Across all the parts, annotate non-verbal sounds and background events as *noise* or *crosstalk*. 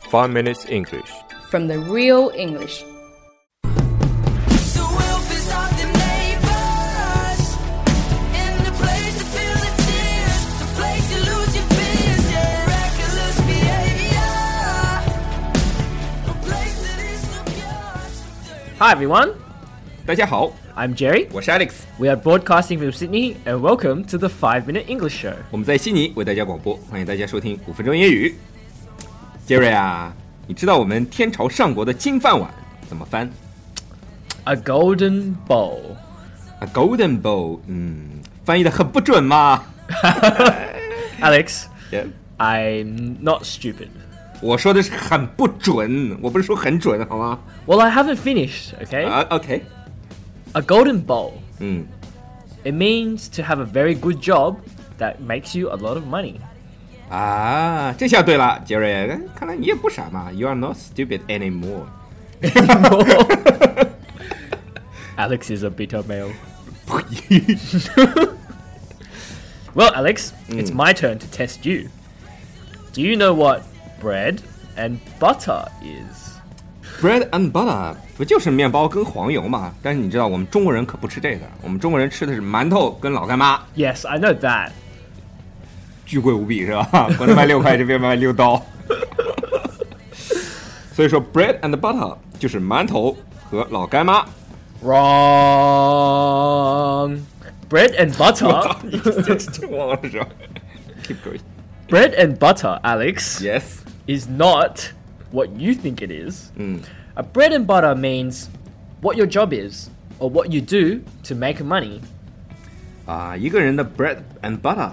5 Minutes English. from the real English. The welfare's of the neighbors, and the place to feel the tears, the place to lose your fears, yeah, reckless behavior, a place that is so pure. Hi everyone, 大家好， I'm Jerry. 我是 Alex， We are broadcasting from Sydney and welcome to the 5 Minute English Show. 我们在悉尼为大家广播，欢迎大家收听五分钟英语。杰瑞啊，你知道我们天朝上国的金饭碗怎么翻 A golden bowl. ？A golden bowl，嗯，翻译的很不准嘛。 Alex, 耶 I'm not stupid. 我说的是很不准，我不是说很准，好吗？ Well, I haven't finished, okay? 啊、o k a golden bowl. 嗯 It means to have a very good job that makes you a lot of money. *laughs* 啊，这下对了，杰瑞，看来你也不傻嘛。You are not stupid *laughs* anymore。 Alex is a bitter male. Well, Alex, it's my turn to test you. Do you know what bread and butter is? Bread and butter 不就是面包跟黄油嘛？但是你知道我们中国人可不吃这个，我们中国人吃的是馒头跟老干妈。 Yes, I know that. 巨贵无比是吧？ *laughs* 国内卖六块，这边卖六刀。 *laughs* 所以说，bread and butter 就是馒头和老干妈。 Wrong. Bread and *laughs* 我操 butter.，你这 *laughs* 这忘了是吧？Keep going. Bread and butter, Alex, Yes. is not what you think it is. 嗯 A bread and butter means what your job is or what you do to make money. 啊，一个人的 bread and butter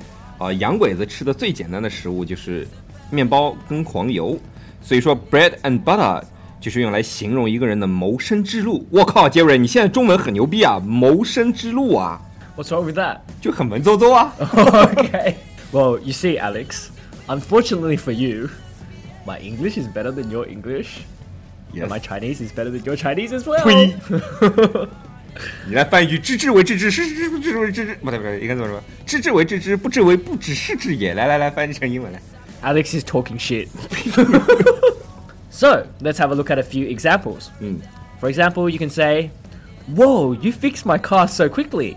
*laughs* 啊，洋鬼子吃的最简单的食物就是面包跟黄油，所以说 bread and butter 就是用来形容一个人的谋生之路。我靠，杰瑞，你现在中文很牛逼啊！谋生之路啊， What's wrong with that? 就很文绉绉啊。 okay. *laughs* Well, you see, Alex, unfortunately for you, my English is better than your English, and my Chinese is better than your Chinese as well. 呸！ *laughs* 你来翻一句“知之为知之，知之不知为知之”，不对不对，应该怎么说？“知之为知之，不知为不知，是知也。”来来来，翻译成英文来。 Alex is talking shit. *laughs* so, let's have a look at a few examples. Mm. For example, you can say, Whoa, you fixed my car so quickly.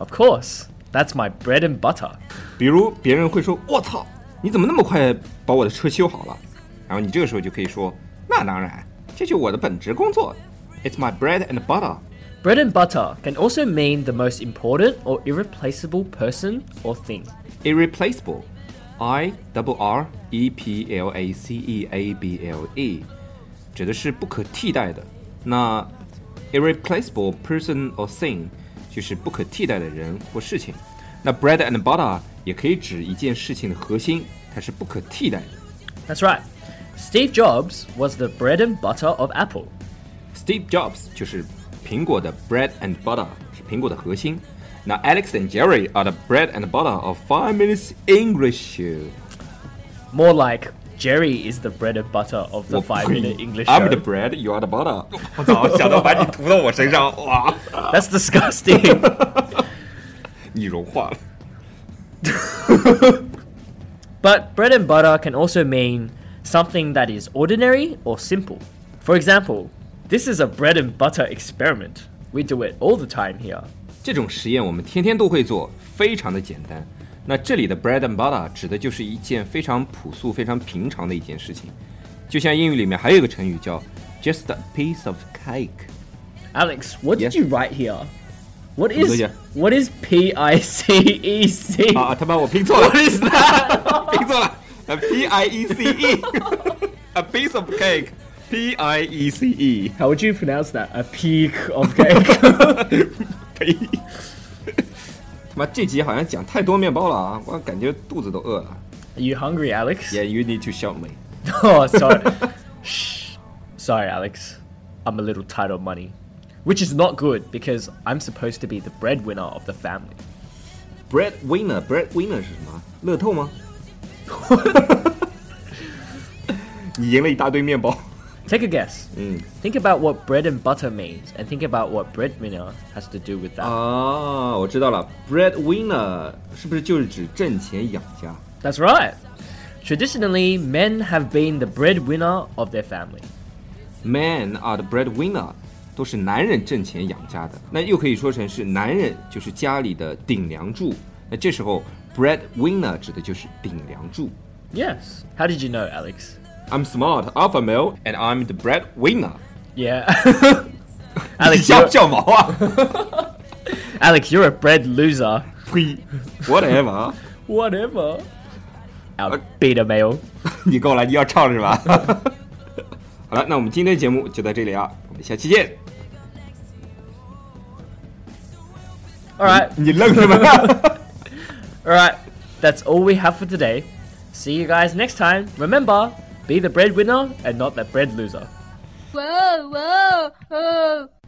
Of course, that's my bread and butter. 比如别人会说“我操，你怎么那么快把我的车修好了？”然后你这个时候就可以说：“那当然，这就是我的本职工作，It's my bread and butter。 Bread and butter can also mean the most important or irreplaceable person or thing. Irreplaceable, I double R E P L A C E A B L E，指的是不可替代的。那 irreplaceable person or thing 就是不可替代的人或事情。那 bread and butter 也可以指一件事情的核心，它是不可替代的。 That's right. Steve Jobs was the bread and butter of Apple. Steve Jobs 就是苹果的 bread and butter，是苹果的核心。那 Alex and Jerry are the bread and butter of Five Minutes English Show。 More like Jerry is the bread and butter of the 我 five minute English I'm show. *laughs* the bread, you are the butter。我 *laughs* 操，想到把你涂到我身 *laughs* 上，哇， That's *laughs* disgusting. 你融化了。 but bread and butter can also mean something that is ordinary or simple. For example, this is a bread and butter experiment. We do it all the time here. 这种实验我们天天都会做，非常的简单。那这里的 bread and butter 指的就是一件非常朴素、非常平常的一件事情，就像英语里面还有一个成语叫 just a piece of cake。 Alex, what did Yeah. you write here? What What is did I- what is P I C E *laughs* C? 啊，他妈我拼错了，What is *laughs* that？拼错了呃，P I E C E，a piece of cake，P I E C E， How would you pronounce that? A peak *laughs* of cake. 呸！他妈这集好像讲太多面包了啊，我感觉肚子都饿了。 Are you hungry, Alex? *laughs* Yeah, you need to show me。 Oh, sorry. Shh. Sorry, Alex. I'm a little tight on money. Which is not good because I'm supposed to be the breadwinner of the family. Breadwinner，breadwinner 是什么？乐透吗？ *laughs* 你赢了一大堆面包。 Take a guess. 嗯 Think about what bread and butter means and think about what breadwinner has to do with that. Uh. 啊，我知道了，breadwinner 是不是就是指挣钱养家？ That's right. Traditionally, men have been the breadwinner of their family. Men are the breadwinner，都是男人挣钱养家的。那又可以说成是男人就是家里的顶梁柱。那这时候 breadwinner 指的就是顶梁柱。 Yes. How did you know, Alex? I'm smart alpha male and I'm the *laughs* breadwinner。 Yeah. *laughs* 你 Alex, 笑 you're, 笑毛啊？ Alex, you're a bread loser. *laughs* 呸！Whatever， Whatever. Our Uh, beta male. *laughs* 你够了，你要唱是吧？ *laughs* 好了，那我们今天节目就到这里啊，我们下期见。 All right. 你愣什么？ All right. That's all we have for today. See you guys next time. Remember, be the breadwinner and not the bread loser. Whoa, whoa, oh. whoa.